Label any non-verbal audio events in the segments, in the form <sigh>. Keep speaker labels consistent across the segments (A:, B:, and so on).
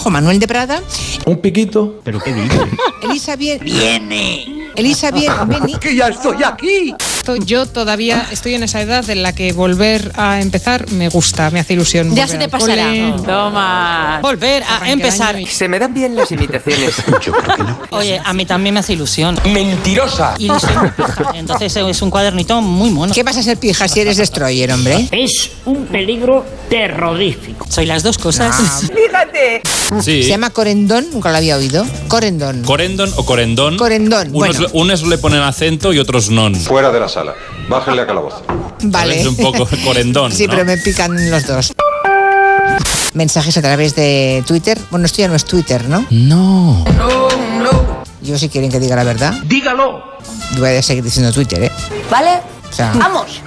A: Juan Manuel de Prada,
B: Un piquito.
C: ¿Pero qué dices?
D: <laughs>
A: Elisa Bien. ¡Viene! Elisa Bien, Beni.
E: ¡Que ya estoy aquí!
F: To- Yo todavía estoy en esa edad en la que volver a empezar me gusta, me hace ilusión.
G: Ya
F: volver
G: se te
F: al
G: pasará.
F: cole,
H: Toma.
F: Volver a empezar.
I: Se me dan bien las imitaciones.
H: Oye, a mí también me hace ilusión.
E: ¡Mentirosa!
H: Y
C: <laughs>
H: soy muy pija. Entonces es un cuadernito muy mono.
A: ¿Qué vas a ser pija si eres destroyer, hombre?
J: Es un peligro terrorífico.
H: Soy las dos
C: Ah,
H: <laughs> cosas.
D: Sí.
A: Se llama Corendón, nunca lo había oído. Corendón.
D: Corendon o corendón.
A: Corendón,
D: Unos,
A: bueno.
D: unos le ponen acento y otros non.
B: Fuera de la sala. Bájenle a calabozo.
A: vale.
D: Es un
A: <laughs>
D: poco corendón.
A: Sí,
D: ¿no?
A: pero me pican los dos. Mensajes a través de Twitter. Bueno, esto ya no es Twitter, ¿no?
D: No.
A: Yo si quieren que diga la verdad.
E: ¡Dígalo!
A: Voy a seguir diciendo Twitter, ¿eh?
G: ¿Vale?
A: O sea,
G: Vamos.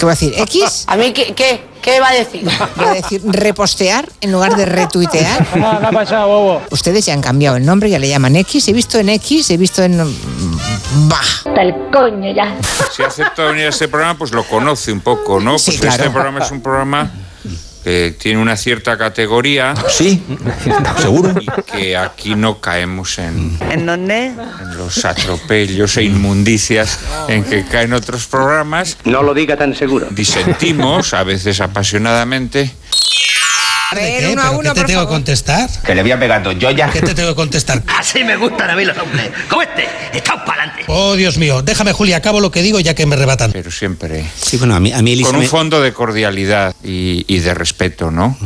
A: ¿qué voy a decir? ¿X?
G: ¿A mí qué, qué, qué va a decir?
A: Voy a decir repostear en lugar de retuitear. Ustedes ya han cambiado el nombre, ya le llaman X. He visto en X, he visto en... mm, Bah.
J: Hasta el coño ya.
K: Si ha aceptado venir a este programa, pues lo conoce un poco, ¿no?
A: Sí,
K: pues
A: claro.
K: este programa es un programa que tiene una cierta categoría
B: Ah, Sí, <laughs> seguro.
K: y que aquí no caemos en,
I: ¿En dónde?
K: en los atropellos e inmundicias en que caen otros programas.
I: No lo diga tan seguro.
K: Disentimos, a veces apasionadamente.
A: A ver, uno a uno, por favor.
B: contestar?
I: Que le voy pegando yo ya.
B: ¿Qué te tengo que contestar?
E: <laughs> Así me gustan a mí los hombres. Como este, echaos para adelante.
B: Oh, Dios mío. Déjame, Julia, acabo lo que digo ya que me rebatan.
K: Pero siempre
B: Sí, bueno, a mí, a mí Elisa
K: con un
B: me-
K: fondo de cordialidad y, y de respeto, ¿no?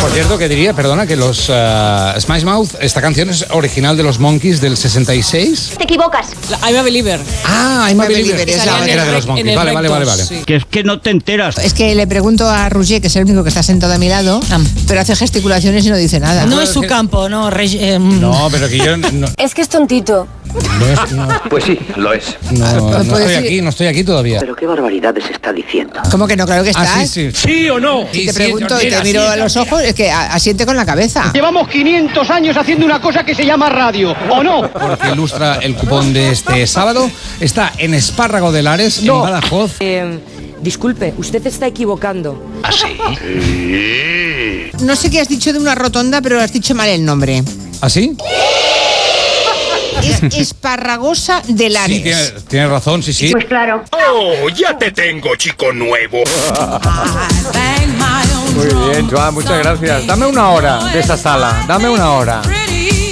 C: Por cierto, que diría, perdona, que los eh, Smash Mouth, esta canción es original de los Monkeys del 66.
J: Te equivocas.
H: La- I'm a believer.
C: Ah, I'm a
A: Believer,
C: Believer.
A: esa
C: Era,
A: era.
C: de los
H: En
C: Monkeys.
H: el
C: Vale, vale, vale,
H: Rectors,
C: vale.
H: sí.
C: Que es <laughs> que no te enteras.
A: Es que le pregunto a Roger, que es el único que está sentado a mi lado,
H: Ah.
A: pero hace gesticulaciones y no dice nada.
H: No es su campo, no. reg- eh, mm.
C: No, pero que yo no, no,
G: Es que es tontito.
C: es- no-
I: Pues sí, lo es.
C: no- no
A: puedo
C: estoy
A: decir-
C: aquí, no estoy aquí todavía.
I: Pero qué barbaridades está diciendo.
A: ¿Cómo que no? Claro que estás.
C: Ah, sí, sí.
E: ¿Sí o no?
C: Sí,
A: Te
C: sí,
A: pregunto y
C: Georgina,
A: te miro
C: sí,
A: a los ojos, es que a- asiente con la cabeza.
E: Llevamos 500 años haciendo una cosa que se llama radio, ¿o no?
C: Porque ilustra el cupón de este sábado. Está en Espárrago de Lares, en Badajoz.
G: disculpe, usted está equivocando.
A: No sé qué has dicho de una rotonda, pero has dicho mal el nombre.
C: ¿Así?
G: Eh,
C: <laughs>
A: Es Esparragosa de Lares.
C: sí, tiene, tiene razón, sí, sí.
J: Pues claro.
E: ¡Oh, ya te tengo, chico nuevo!
I: Muy bien, Joan, muchas gracias. Dame una hora de esta sala. Dame una hora.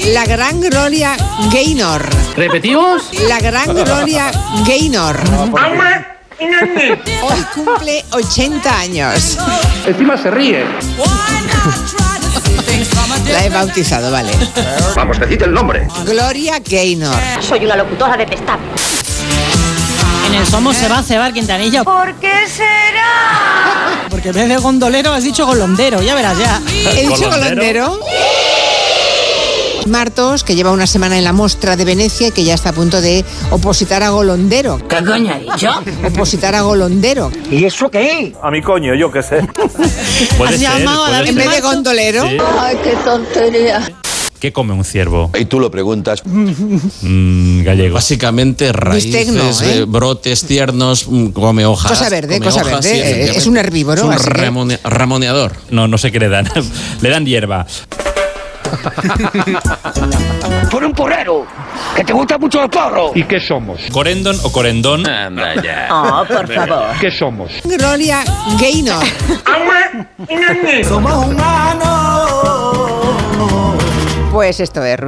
A: La gran Gloria Gaynor.
E: ¿Repetimos?
A: La gran Gloria Gaynor. Hoy cumple 80 años.
E: Encima se ríe.
A: La he bautizado, vale.
I: Vamos, decid el nombre.
A: Gloria Gaynor.
J: Soy una locutora detestable.
H: En el Somos se va a cebar Quintanilla.
G: ¿Por qué será?
H: Porque en vez de gondolero has dicho golondero. Ya verás, ya.
A: He dicho
D: ¿Golondero?
A: golondero. Martos, que lleva una semana en la muestra de Venecia y que ya está a punto de opositar a Golondero.
G: ¿Qué coño ha dicho?
A: Opositar a Golondero.
E: ¿Y eso qué?
I: A mi coño, yo qué sé.
H: Has
D: Puede ser,
H: llamado a
D: puede
H: David
D: ser.
A: En vez de gondolero.
G: Ay, qué tontería.
D: ¿Qué come un ciervo?
B: Y tú lo preguntas.
D: Mm, gallego.
B: Básicamente
A: Bistec no,
B: raíces,
A: ¿eh?
B: eh, brotes tiernos, mm, come hojas.
A: Cosa verde,
B: come
A: cosa
B: hojas,
A: verde,
B: sí,
A: eh,
B: efectivamente.
A: es un herbívoro,
B: Es un
A: así que-
B: ramone- ramoneador.
D: No, no sé qué le dan. <laughs> le dan
E: <laughs>
D: hierba.
E: ¡Tú eres un porrero! ¡Que te gusta mucho el porro! ¿Y qué somos?
D: Corendon o corendón.
G: Oh, por favor.
E: ¿Qué somos?
A: Gloria Gaynor. Pues esto es